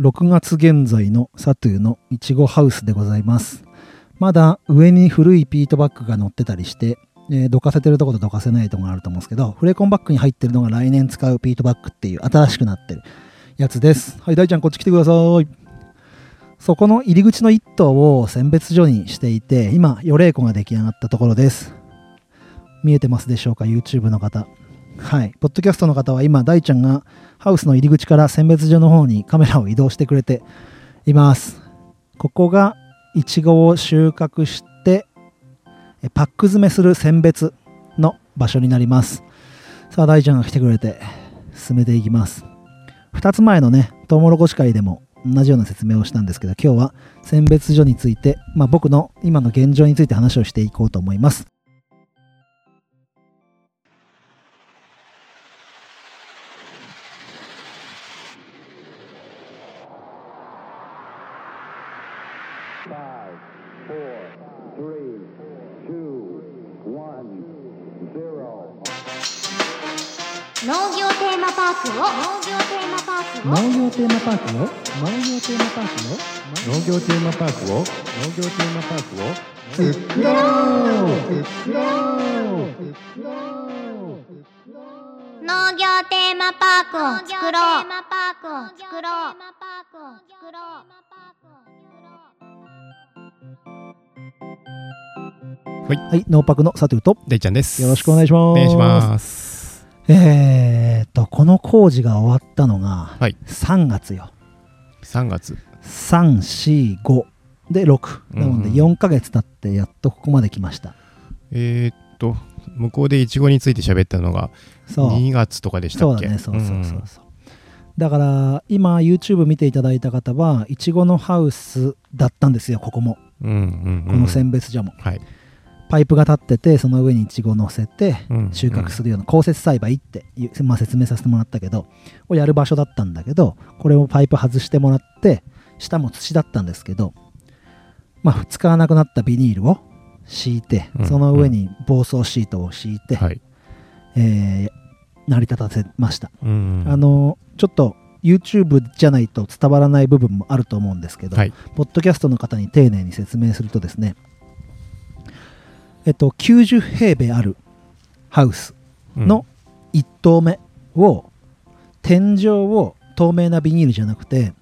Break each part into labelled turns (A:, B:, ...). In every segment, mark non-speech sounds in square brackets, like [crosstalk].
A: 6月現在のサトゥーのいちごハウスでございますまだ上に古いピートバッグが乗ってたりして、えーどかせてるとことどかせないとこがあると思うんですけどフレコンバッグに入ってるのが来年使うピートバッグっていう新しくなってるやつですはい大ちゃんこっち来てくださいそこの入り口の1頭を選別所にしていて今予霊庫が出来上がったところです見えてますでしょうか YouTube の方はいポッドキャストの方は今大ちゃんがハウスの入り口から選別所の方にカメラを移動してくれていますここがイチゴを収穫してえパック詰めする選別の場所になりますさあ大ちゃんが来てくれて進めていきます2つ前のねトウモロコシ会でも同じような説明をしたんですけど今日は選別所について、まあ、僕の今の現状について話をしていこうと思います
B: 農業テーマパークを農業テーマパークを
A: 業テーマパークを農業テーマパークを
C: 農業テーマパークを農業テーマパークを
B: 農業テーマパークを作ろう農業テーマパークを作ろう
A: はいノーパクの佐藤と
C: 大ちゃんです
A: よろしくお願いします
C: お願いします
A: えーっとこの工事が終わったのが
C: はい
A: 3月よ、
C: 3月
A: 345で6なので
C: うん
A: 4ヶ月経ってやっとここまで来ました、
C: えー、っと向こうでイチゴについて喋ったのが
A: そう
C: 2月とかでした
A: そう
C: っ
A: だ
C: け
A: ねそうそうそうそう、だから今 YouTube 見ていただいた方はいちごのハウスだったんですよここも
C: うんうんうんうん
A: この選別所も、
C: はい
A: パイプが立っててその上にいちご乗せて収穫す
C: る
A: るような降雪栽培っていう、まあ、説明させてもらったけどをやる場所だったんだけどこれをパイプ外してもらって下も土だったんですけどまあ使わなくなったビニールを敷いて
C: うん
A: その上に防草シートを敷いて、
C: はい
A: えー成り立たせました
C: うん
A: あのちょっと YouTube じゃないと伝わらない部分もあると思うんですけど、
C: はい
A: ポッドキャストの方に丁寧に説明するとですね、えっと、90平米あるハウスの1棟目を、天井を透明なビニールじゃなくて、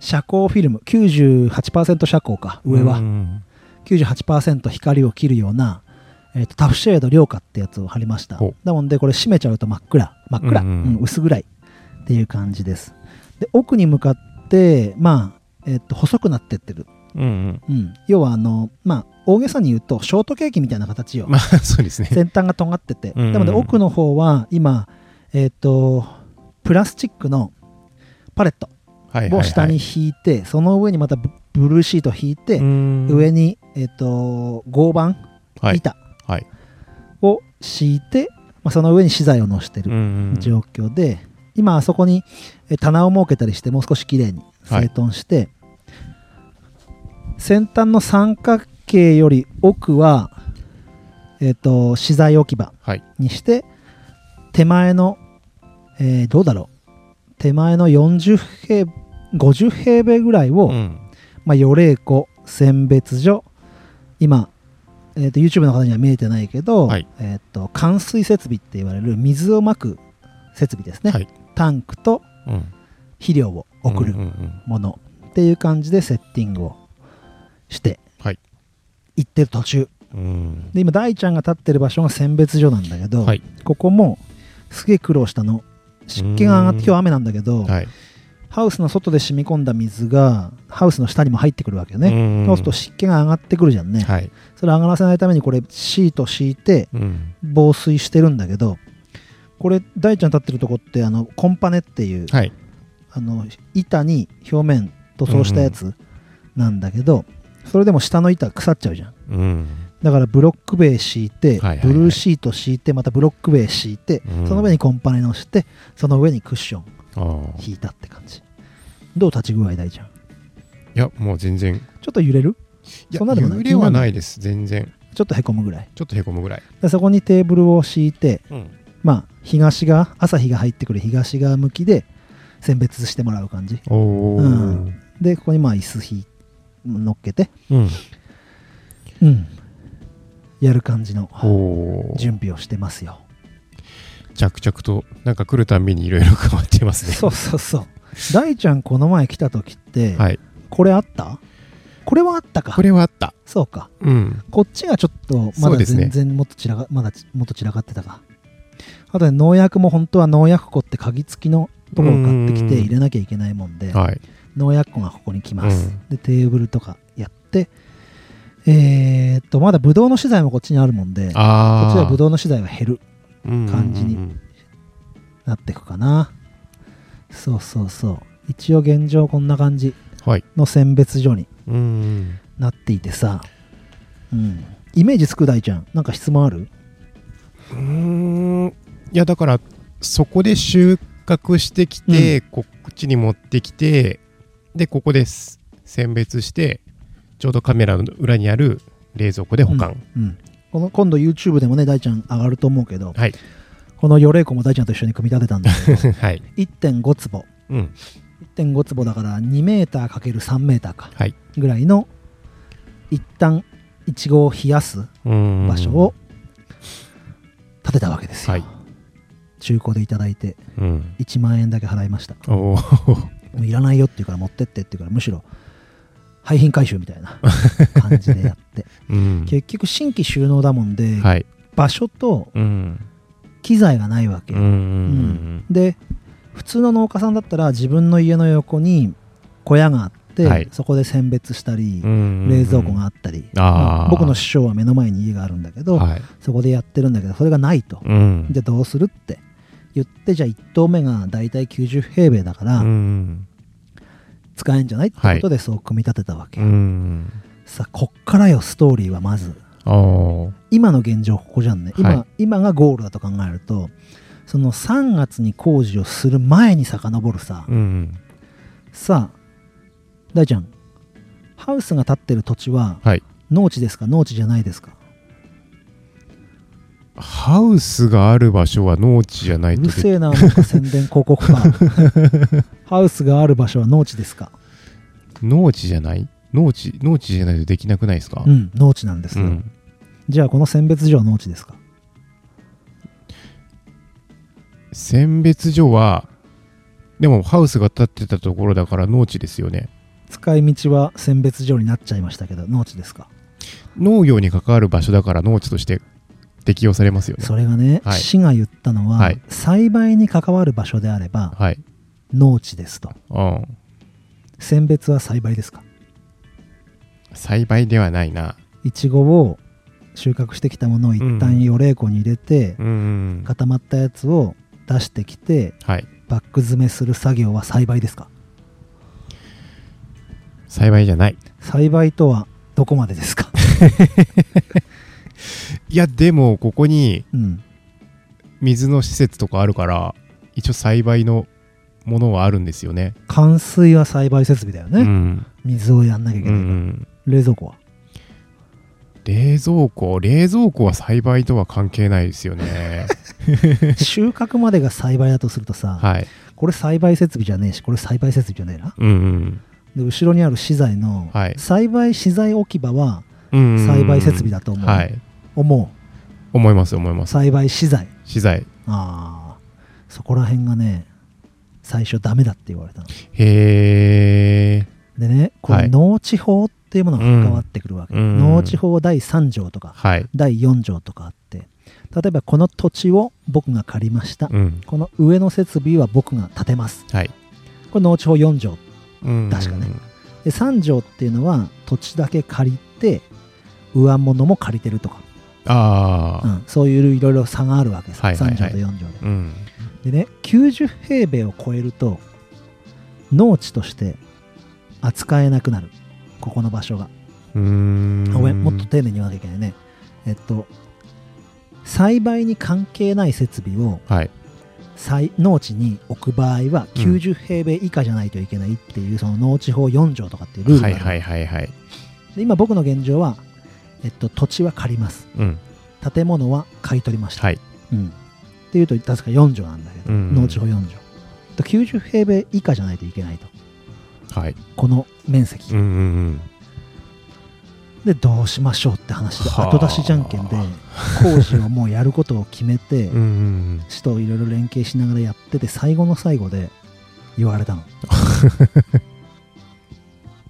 A: 遮光フィルム、98%遮光か、上は、
C: うん
A: 98%光を切るような、えっとタフシェード涼化ってやつを貼りました
C: ほう
A: なのでこれ閉めちゃうと真っ暗真っ暗、う
C: うんんうん
A: 薄暗いっていう感じですで奥に向かってまあ、えっと細くなってってる、
C: うんうん
A: うん、要はあのまあ大げさに言うとショートケーキみたいな形よ
C: まあ [laughs] そうですね
A: 先端が尖ってて
C: うんうん
A: なので奥の方は今えっ、とプラスチックのパレット
C: はい
A: を下に引いて、その上にまたブブルーシート引いて、上
C: 上
A: に、えっと合板
C: はい
A: 板
C: はい
A: を敷いて、まあ、その上に資材を載せて
C: うんう
A: る
C: ん
A: 状況で、今あそこにえ棚を設けたりしてもう少し綺麗に
C: はい
A: 整頓して、先端の三角形より奥は、えっと資材置き場
C: はい
A: にして手前の、えーどうだろう手前の40平50平米ぐらいを、
C: うん
A: まあ、予霊庫選別所今、えー、と YouTube の方には見えてないけど、
C: はい
A: えー、と冠水設備って言われる水をまく設備ですね、
C: はい
A: タンクと
C: うん
A: 肥料を送る
C: うんうん
A: ものっていう感じでセッティングをして
C: はい
A: 行ってる途中
C: うん
A: で今大ちゃんが立ってる場所が選別所なんだけ
C: う
A: ど、
C: んはい
A: ここもすげえ苦労したの湿気が上がって今日雨なんだけど、
C: はい
A: ハウスの外で染み込んだ水がハウスの下にも入ってくるわけよね、
C: ね
A: そうすると湿気が上がってくるじゃんね、
C: はい
A: それ上がらせないためにこれシート敷いて
C: うん
A: 防水してるんだけどこれ大ちゃん立ってるとこってあのコンパネっていう、
C: はい
A: あの板に表面塗装したやつなんだけど、それでも下の板腐っちゃうじゃん
C: うん
A: だからブロック塀敷いて、
C: はいはいはい
A: ブルーシート敷いてまたブロック塀敷いて、
C: うん
A: その上にコンパネ乗してその上にクッション
C: あー
A: 引いたって感じどう立ち具合大ちゃん
C: いやもう全然
A: ちょっと揺れる
C: いや
A: そんなでもない
C: 幽霊はないです全然
A: ちょっとへこむぐらい
C: ちょっとへこむぐらい、
A: でそこにテーブルを敷いてまあ、東側朝日が入ってくる東側向きで選別してもらう感じ
C: おー
A: うんでここにまあ椅子ひ乗っけて、
C: うん。
A: うん、やる感じの
C: おー
A: 準備をしてますよ
C: 着々と、なんか来るたんびにいろいろ変わってますね。
A: そうそうそう大ちゃんこの前来た時って、
C: はい。
A: これあったこれはあったか
C: これはあった。
A: そうか
C: うん。
A: こっちがちょっとま
C: そう
A: だ
C: です
A: 全
C: ね
A: 然もっと散らが、まだちもっと散らかってたかあとね農薬も本当は農薬庫って鍵付きのところを買ってきて
C: うん
A: 入れなきゃいけないもんで
C: はい。
A: 農薬庫がここに来ます、
C: うん
A: でテーブルとかやってえーっとまだブドウの資材もこっちにあるもんでこっ
C: ああ。
A: ちはブドウの資材は減る感じに
C: うんうんうん
A: なってくかなそうそうそう一応現状こんな感じ
C: はい。
A: の選別所に
C: うんうん。
A: なっていてさ、うん、イメージつく大ちゃんなんか質問ある
C: うーんいやだからそこで収穫してきて、こっちに持ってきてでここです選別してちょうどカメラの裏にある冷蔵庫で保管、
A: うん、この今度 YouTube でもね大ちゃん上がると思うけど
C: はい [laughs]
A: この予冷庫も大ちゃんと一緒に組み立てたんだけど
C: はい、
A: 1.5坪
C: うん、
A: 1.5坪だから2メーター ×3 メーターか
C: はい
A: ぐらいの一旦いちごを冷やす場
C: 場
A: 所を建てたわけですよ、
C: はい
A: 中古でいただいて
C: うん
A: 1万円だけ払いました
C: おー
A: もういらないよっていうから持ってってっていうからむしろ廃品回収みたい
C: [laughs]
A: な感じでやって
C: うん
A: 結局新規収納だもんで、
C: はい
A: 場所と
C: うん
A: 機材がないわけ、
C: うんうん
A: で普通の農家さんだったら自分の家の横に小屋があって、
C: はい
A: そこで選別したり、
C: うん
A: 冷蔵庫があったり、
C: あー
A: 僕の師匠は目の前に家があるんだけど、
C: はい
A: そこでやってるんだけどそれがないと、
C: うん
A: じゃあどうするって言ってじゃあ1棟目がだいたい90平米だから、
C: うん
A: 使えんじゃないってことでそう組み立てたわけ、
C: うん
A: さあこっからよストーリーはまず
C: おー
A: 今の現状ここじゃんね今,、
C: はい
A: 今がゴールだと考えるとその3月に工事をする前に遡るさ、
C: うん
A: さあ大ちゃんハウスが建ってる土地は
C: はい
A: 農地ですか農地じゃないですか
C: ハウスがある場所は農地じゃな
A: う
C: いと
A: るせえななんか宣伝広告
C: [laughs]
A: かハウスがある場所は農地ですか
C: 農地じゃない農地農地じゃないとできなくないですか
A: う、ん農地なんです
C: う
A: よ、
C: ん
A: じゃあこの選別所は農地ですか
C: 選別所はでもハウスが建ってたところだから農地ですよね
A: 使い道は選別所になっちゃいましたけど農地ですか
C: 農業に関わる場所だから農地として適用されますよね
A: それがね、
C: はい
A: 市が言ったのは、
C: はい
A: 栽培に関わる場所であれば
C: はい
A: 農地ですと
C: うん
A: 選別は栽培ですか
C: 栽培ではないない
A: ちごを収穫してきたものを一旦予冷庫に入れて、
C: うん
A: 固まったやつを出してきて
C: はい
A: バック詰めする作業は栽培ですか
C: 栽培じゃない
A: 栽培とはどこまでです
C: [laughs]
A: か
C: いやでもここに
A: うん
C: 水の施設とかあるから一応栽培のものはあるんですよね
A: 冠水は栽培設備だよね、
C: うん
A: 水をやんなきゃいけ
C: う
A: ない、
C: ん
A: 冷蔵庫
C: [laughs]
A: は
C: 冷蔵庫冷蔵庫は栽培とは関係ないですよね [laughs]
A: 収穫までが栽培だとするとさ、
C: はい
A: これ栽培設備じゃねえしこれ栽培設備じゃねえな
C: うんうん
A: で後ろにある資材の
C: はい
A: 栽培資材置き場は
C: うんうん
A: 栽培設備だと思う
C: はい
A: 思
C: 思います思いま
A: う
C: す
A: 栽培資材
C: 資材
A: あーそこら辺がね最初ダメだって言われたの
C: へえ
A: でねこ
C: は
A: れ
C: い
A: 農地法っていうものが関わってくるわけ、
C: うんうん
A: 農地法第3条とか
C: はい
A: 第4条とかあって例えばこの土地を僕が借りました、
C: うん
A: この上の設備は僕が建てます
C: はい
A: これ農地法4条
C: うん
A: 確かねで3条っていうのは土地だけ借りて上物も借りてるとか、
C: あ
A: う
C: あ
A: ん、そういういろいろ差があるわけです、
C: はいはいはい
A: 3条と4条で
C: うん
A: でね90平米を超えると農地として扱えなくなるここの場所が
C: うーん
A: ごめんもっと丁寧に言わなきゃいけないねえっと栽培に関係ない設備を
C: はい
A: 栽農地に置く場合は
C: うん
A: 90平米以下じゃないといけないっていう、その農地法4条とかっていうルールが
C: は
A: あ
C: い
A: る
C: はいはいはい
A: で今僕の現状は、えっと、土地は借ります
C: うん
A: 建物は買い取りました、
C: はい
A: うん、っていうと確か4条なんだけど、
C: うん
A: 農地法4条と90平米以下じゃないといけないと
C: はい。
A: この面積、
C: うんうんうん。
A: でどうしましょうって話で
C: はあ
A: 後出しじゃんけんで工事をもうやることを決めて、
C: うんうん
A: 市といろいろ連携しながらやってて最後の最後で言われたの、
C: う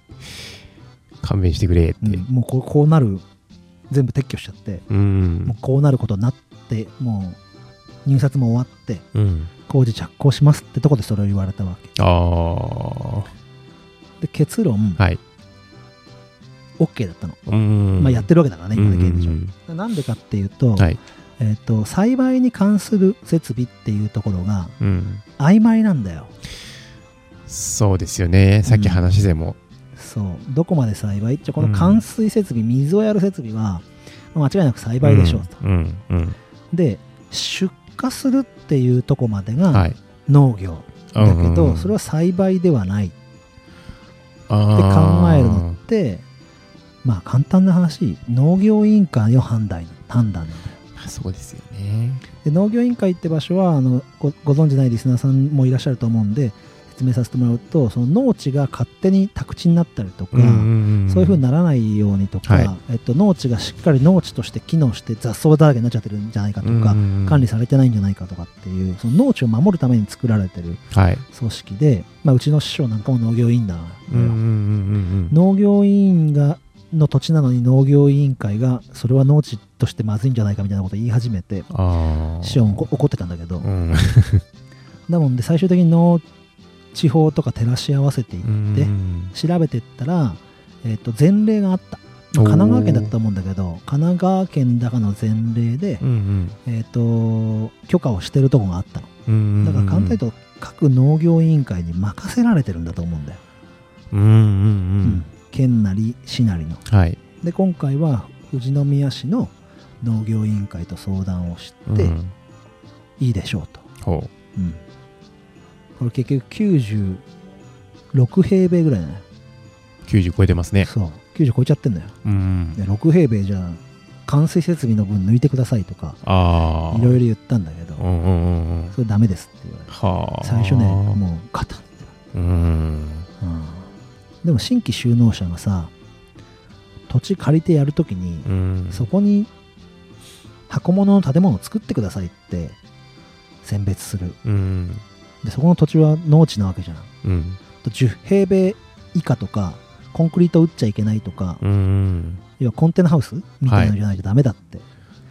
C: ん。勘弁してくれって。
A: うんもうこうこうなる全部撤去しちゃって
C: うん
A: もうこうなることになってもう入札も終わって
C: うん。うん。
A: 工事着工しますってとこでそれを言われたわけ
C: ああ。
A: で結論、
C: はい。
A: OK だったの、
C: うん。
A: まあ、やってるわけだからね今の現状、
C: うん
A: なんでかっていうと,、
C: はい。
A: えー、と栽培に関する設備っていうところが
C: うん。
A: 曖昧なんだよ
C: そうですよね。さっき話でも。
A: そうどこまで栽培じゃあこ
C: うん
A: の冠水設備、水をやる設備はまあ間違いなく栽培でしょうと、
C: うん。うん。
A: で出荷するっていうとこまで
C: うんは
A: が
C: い。
A: 農業だけど、それ
C: は
A: は栽培ではないって考
C: あー
A: えるのってまあ簡単な話農業委員会の判断判断なんだよ
C: まあそうですよね。
A: で農業委員会って場所はあのごご存じないリスナーさんもいらっしゃると思うんで説明させてもらうとその農地が勝手に宅地になったりとか、そういう風に
C: な。
A: ならないようにとか、
C: はい
A: えっと、農地がしっかり農地として機能して雑草だらけになっちゃってるんじゃないかとか、管理されてないんじゃないかとかっていうその農地を守るために作られてる
C: 理。はい。
A: 組織で、まあ、うちの師匠なんかも農業委員だな、
C: うんうんうん
A: 農業委員がの土地なのに農業委員会がそれは農地としてまずいんじゃないかみたいなことを言い始めて
C: うん。ああ。
A: 師匠も怒怒ってたんだけど、
C: うん。
A: だもんで最終的に農地法とか照らし合わせていって、調べてったら、えっと前例があった
C: おー
A: 神奈川県だったと思うんだけど神奈川県だかの前例で
C: う、ん
A: えっと許可をしてるとこがあったの
C: うん。
A: だから簡単に言うと各農業委員会に任せられてるんだと思うんだよ、
C: うんうんう
A: うん
C: ん。
A: 県なり市なりの
C: はい。
A: で今回は富士宮市の農業委員会と相談をして、
C: うん
A: いいでしょうと、
C: ほう。
A: うん、これ結局96平米ぐらいだね
C: 90超えてますね。
A: そう90超えちゃってんだよ
C: うん
A: で。6平米じゃ冠水設備の分抜いてくださいとか
C: ああ。
A: いろいろ言ったんだけど
C: うんうんうんうん。
A: それダメですって言われて
C: はあ。
A: 最初ねもう肩、
C: うん。
A: うん、でも新規就農者がさ土地借りてやるときに
C: うん。
A: そこに箱物の建物を作ってくださいって選別する
C: うん。
A: でそこの土地は農地なわけじゃん
C: うん。
A: と10平米以下とかコンクリート打っちゃいけないとか
C: うん。
A: 要はコンテナハウスみたいなのじゃないとダメだって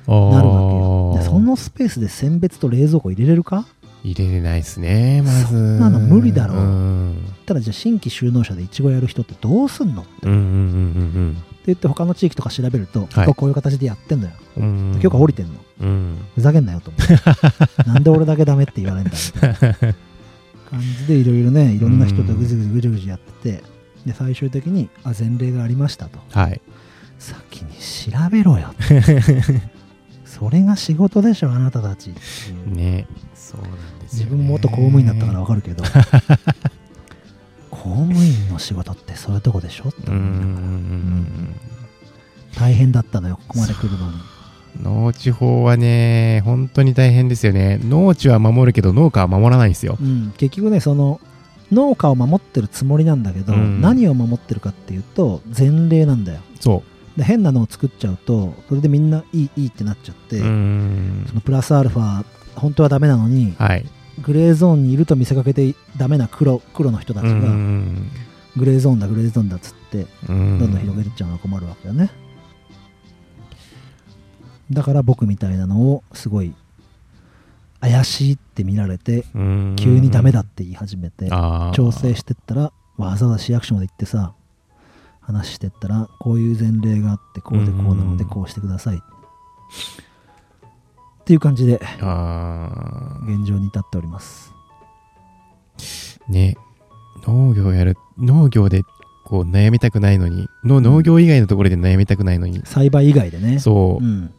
C: なる
A: なるわけよ。でそのスペースで選別と冷蔵庫入れれるか
C: 入れれないですね、まず。
A: そんなの無理だろ
C: うん。
A: ただじゃあ新規就農者でイチゴやる人ってどうすんのって
C: うんうん
A: 言って他の地域とか調べると、
C: はい
A: こういう形でやってんのよ。
C: うんうんうん。
A: 許可降り
C: て。
A: てんの。
C: うん。
A: ふざけんなよと思
C: [laughs]
A: う。なんで俺だけダメって言われんだみたいな感じでいろいろね、いろんな人とぐじぐじぐじぐじやってて、で最終的に、あ、前例がありましたと。
C: はい。
A: 先に調べろよって。
C: [laughs]
A: それが仕事でしょ、あなたたちっていう。
C: ね。そうなんです
A: 自
C: よね。
A: 分も元公務員だったからわかる
C: [laughs]
A: けど公務員の仕事ってそういうとこでしょって
C: うんうん
A: 思う
C: う
A: よ
C: ん
A: 大変だったのよここまで来るのに
C: うん。農地法はね、本当に大変ですよね。農地は守るけど、農家は守らないんですよ
A: う。ん結局ねその農家を守ってるつもりなんだけど、
C: うん
A: 何を守ってるかっていうと前例なんだよ
C: そ
A: で変なのを作っちゃうとそれでみんないいいいってなっちゃって、
C: う。うん
A: そ。のプラスアルファ本当はダメなのに
C: はい。
A: グレーゾーンにいると見せかけてダメな黒黒の人たち
C: う
A: が
C: ん。
A: グレーゾーンだグレーゾーンだっつって
C: ど
A: ど
C: ん
A: んどん広げてっちゃうのは困るわけよね、だから僕みたいなのをすごい怪しいって見られて
C: うん
A: 急にダメだって言い始めて
C: あー
A: 調整してったらわざわざ市役所まで行ってさ話してったらこういう前例があってこうでこうなので
C: うん
A: こうしてくださいっていう感じで
C: あ
A: 現状に至っております
C: ーね農業やる農業でこう悩みたくないのにの農業以外のところで悩みたくないのに
A: 栽培以外でね
C: そう
A: う、ん、だ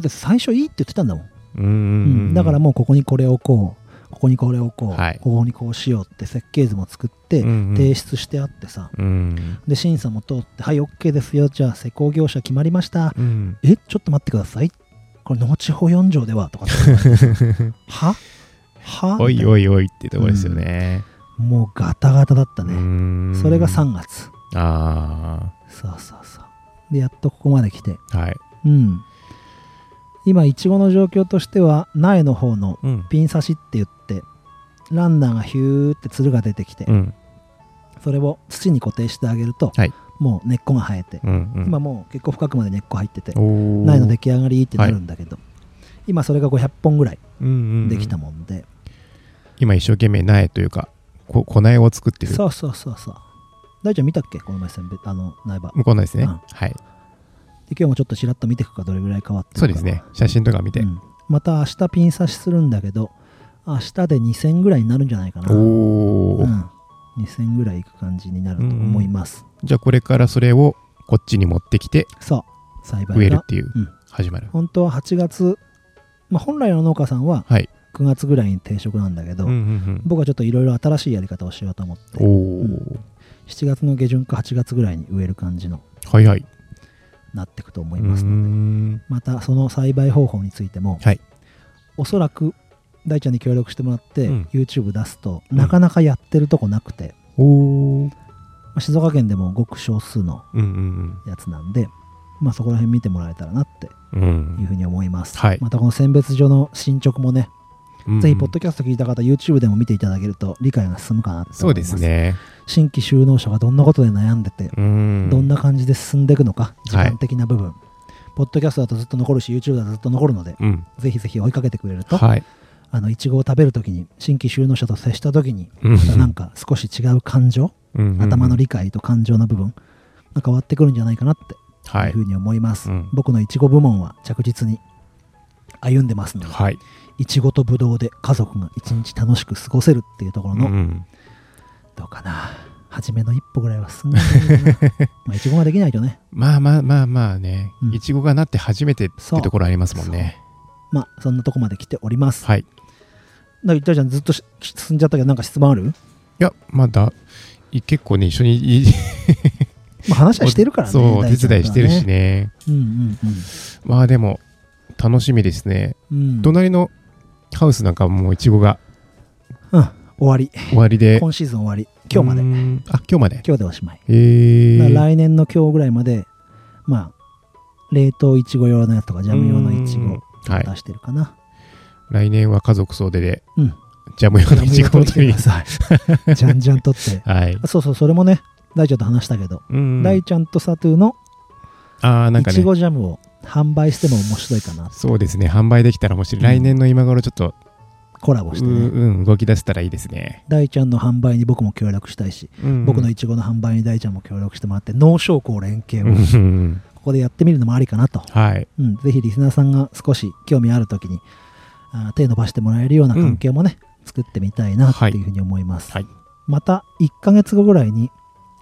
A: って最初いいって言ってたんだもん
C: うん
A: う
C: うんうん
A: んだからもうここにこれをこうここにこれをこう、
C: はい
A: ここにこうしようって設計図も作って
C: うんうん
A: 提出してあってさ、
C: うん
A: で審査も通って「はい OK ですよじゃあ施工業者決まりました、
C: うん [laughs]
A: えちょっと待ってくださいこれ農地法4条では」とかってはは
C: おい
A: い
C: おいおいってとこですよね。
A: もうガタガタだった
C: う
A: ね、
C: ーん
A: それが3月
C: あ
A: そうそうそうでやっとここまで来て
C: あ、はい。
A: うん今イチゴの状況としては苗の方の
C: うん。
A: ピン刺しって言ってランナーがヒューってつるが出てきて、
C: うん。
A: それを土に固定してあげると、
C: はい
A: もう根っこが生えて、
C: うん。うん
A: 今、もう結構深くまで根っこ入ってて
C: おー
A: 苗の出来上がりってなるんだけど、今それが500本ぐらい
C: うんうんうん
A: できたもんで、
C: 今一生懸命苗というか、こ粉苗を作ってる。
A: そうそうそうそう大ちゃん見たっけこの前せんべあの苗場で
C: 向こうのですね。
A: うん
C: はい。
A: 今日もちょっとちらっと見ていくかどれぐらい変わってるか
C: そうですね。写真とか見て
A: う。んまた明日ピン刺しするんだけど明日で2000ぐらいになるんじゃないかな
C: お
A: う
C: お。
A: ん、2000ぐらいいく感じになると思います、
C: じゃあこれからそれをこっちに持ってきて
A: そう栽
C: 植
A: 培
C: える
A: が
C: っていう
A: うん、
C: 始まる。
A: 本当は8月、まあ、本来の農家さんは
C: はい。
A: 9月ぐらいに定食なんだけど、
C: うんうん
A: 僕はちょっといろいろ新しいやり方をしようと思って
C: うん。おお
A: う。7月の下旬か8月ぐらいに植える感じの
C: はいはい。
A: なっていくと思います
C: うー
A: ので
C: ん
A: またその栽培方法についても、
C: はい
A: おそらく大ちゃんに協力してもらって、
C: うん
A: YouTube 出すと、
C: うん
A: なかなかやってるとこなくて、
C: おお。
A: まあ静岡県でもごく少数の
C: うんうん
A: やつなんで、まあ、そこら辺見てもらえたらなって
C: うん。うん
A: いうふうに思います、
C: はい
A: またこの選別所の進捗もね、
C: うん
A: ぜひポッドキャスト聞いた方 YouTube でも見ていただけると理解が進むかなと思います
C: そうですね。
A: 新規就農者がどんなことで悩んでて、
C: うん。
A: どんな感じで進んでいくのか時
C: はい
A: 間的な部分、ポッドキャストだとずっと残るし YouTube だとずっと残るので
C: うん。
A: ぜひぜひ追いかけてくれると、
C: はい。
A: あのいちごを食べるときに新規就農者と接したときに
C: うん
A: またなんか少し違う感情、
C: うんうん
A: 頭の理解と感情の部分が変わってくるんじゃないかなって
C: はいいう
A: ふ。うに思います、
C: うん
A: 僕のいちご部門は着実に歩んでますので
C: はい。
A: いちごとぶどうで家族が一日楽しく過ごせるっていうところの、
C: うん
A: どうかな初めの一歩ぐらいは進んでるんだ
C: [laughs]
A: けどなまあいちごができないとね
C: まあまあまあまあね
A: う。ん
C: いちごがなって初めてってところありますもんね。
A: まあそんなとこまで来ております、
C: はい。
A: だから言ったじゃんずっとし進んじゃったけどなんか質問ある、
C: いや、まだ、い結構ね、一緒にい、
A: まあ、話はしてるからね
C: そう、
A: 大
C: 手
A: ちゃんとは
C: 伝いしてるしね。
A: うんうん
C: まあでも、楽しみですね。
A: うんうん
C: 隣のハウスなんかもういちごが
A: うん終わり
C: 終わりで。
A: 今シーズン終わり今日まで
C: うー
A: 今
C: んあ、今日ま
A: 日
C: で。
A: でおしまい、
C: え
A: だから
C: ー。
A: 来年の今日ぐらいまでまあ冷凍いちご用のやつとかジャム用のいち
C: う
A: ご
C: んはい。
A: 出してるかな、
C: 来年は家族総出で、
A: うん
C: ジャム用のいちごを
A: ジャム
C: 取
A: 用
C: り
A: のいちごを取ってくださいじゃんじゃん取
C: [laughs]
A: って
C: はい。
A: あそうそうそれもね大ちゃんと話したけど、
C: うん
A: 大ちゃんとサトゥーの
C: ああ、なん
A: い
C: か
A: ち
C: ね、
A: ごジャムを販売しても面白いかな、
C: そうですね、販売できたらもし、来年の今頃ちょっと、
A: コラボして
C: う
A: ね
C: うん、動き出せたらいいですね。
A: 大ちゃんの販売に僕も協力したいし、僕のいちごの販売に大ちゃんも協力してもらって農商工連携を
C: の
A: ここでやってみるのもありかなと、
C: はい。
A: うん、ぜひリスナーさんが少し興味ある時にあー手伸ばしてもらえるような関係もね、作ってみたいなっていうふうに思います、
C: はい。
A: また1ヶ月後ぐらいに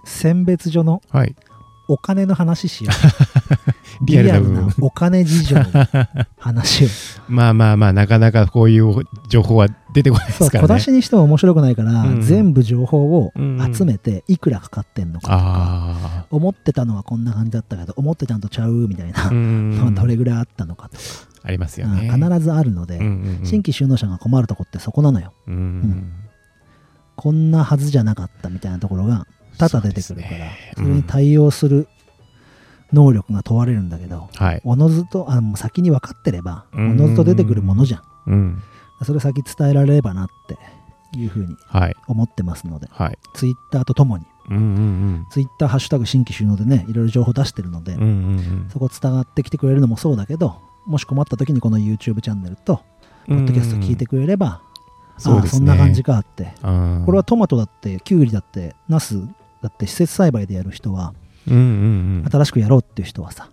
A: 選別所の
C: はい。
A: お金の話しよう
C: [laughs] リアル
A: リア
C: な部
A: ル
C: 分
A: なお金事情の話を
C: まあまあまあ、なかなかこういう情報は出てこないで
A: そう
C: すから
A: 小
C: ね。
A: 出しにしても面白くないから、
C: うん
A: 全部情報を
C: うん
A: 集めていくらかかってんのかとか、
C: あ
A: 思ってたのはこんな感じだったけど思ってたんとちゃうみたいな
C: あ。、うん
A: まあ [laughs] どれぐらいあったのかとか、
C: ありますよ
A: うん
C: ね。
A: 必ずあるので、
C: うんうんうん
A: 新規就農者が困るとこってそこなのよ
C: うん
A: こんなはずじゃなかったみたいなところが多々出てくるからそ,、
C: そうですねうん
A: れに対応する能力が問われるんだけど
C: はい。
A: おのずとあもう先に分かってればお
C: うん
A: のずと出てくるものじゃん
C: うん。
A: それ先伝えられればなっていうふうに
C: はい。
A: 思ってますので
C: はい。
A: ツイッターとともに
C: うんうん
A: ツイッターハッシュタグ新規収納でね、いろいろ情報出してるので、
C: うん。うんうん
A: そこ伝わってきてくれるのもそうだけど、もし困った時にこの YouTube チャンネルと、
C: う
A: ポ
C: ん。
A: ッドキャスト聞いてくれれば、
C: そ
A: あ
C: う
A: あ、
C: です
A: そん
C: ね
A: な感じかって。
C: ああ
A: これはトマトだって、キュウリだって、ナスだって、施設栽培でやる人は、
C: うんうんうん。
A: 新しくやろうっていう人はさ、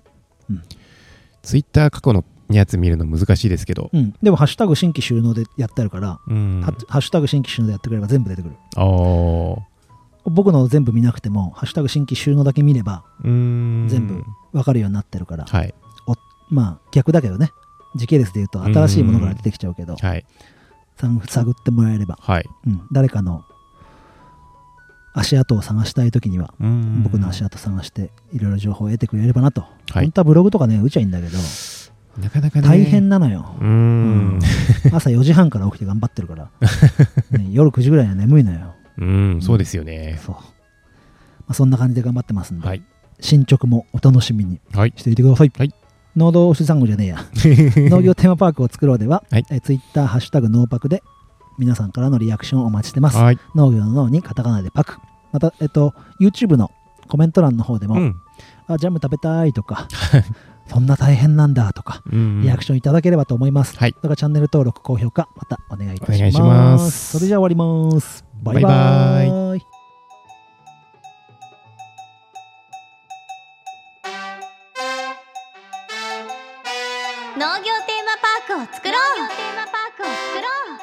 C: ツイッター過去のやつ見るの難しいですけど。
A: うん、でもハッシュタグ新規収納でやってあるから、
C: うん
A: ハッハッシュタグ新規収納でやってくれれば全部出てくる。
C: ああ。
A: 僕の全部見なくても、ハッシュタグ新規収納だけ見れば、
C: うん。
A: 全部わかるようになってるから、
C: はい。
A: まあ逆だけどね、時系列で言うと新しいものから出てきちゃうけど、
C: はい。
A: 探探ってもらえれば、
C: はい。
A: うん、誰かの足跡を探したい時には、僕の足
C: は。
A: 跡探していろいろ情報を得てくれればなと、
C: はい
A: 本当はブログとかね打ちゃいいんだけど
C: なかなかね
A: 大変なの
C: [laughs]
A: よ
C: うーん
A: 朝4時半から起きて頑張ってる
C: [laughs]
A: から、ね夜9時ぐらいには眠いのよ
C: うんそうですよね
A: そう、まあ、そんな感じで頑張ってますんで、
C: はい
A: 進捗もお楽しみに
C: はい
A: していてください、
C: はい
A: 農道主産後じゃ
C: [laughs]
A: ねえや農業テーマパークを作ろうでは、
C: はい
A: えツイッターハッシュタグ農パクで皆さんからのリアクションをお待ちしてます
C: はい
A: 農業の脳にカタカナでパクまたえっと YouTube のコメント欄の方でも、
C: うん
A: あジャム食べたいとか
C: [laughs]
A: そんな大変なんだとか
C: うん
A: リアクションいただければと思います。
C: はい
A: だからチャンネル登録、高評価、またお願いいたします。
C: お願いします
A: それじゃあ終わります。バイバ
C: バイ
A: イ
B: 農業テーマパークを作ろう農業テーマパークを作ろう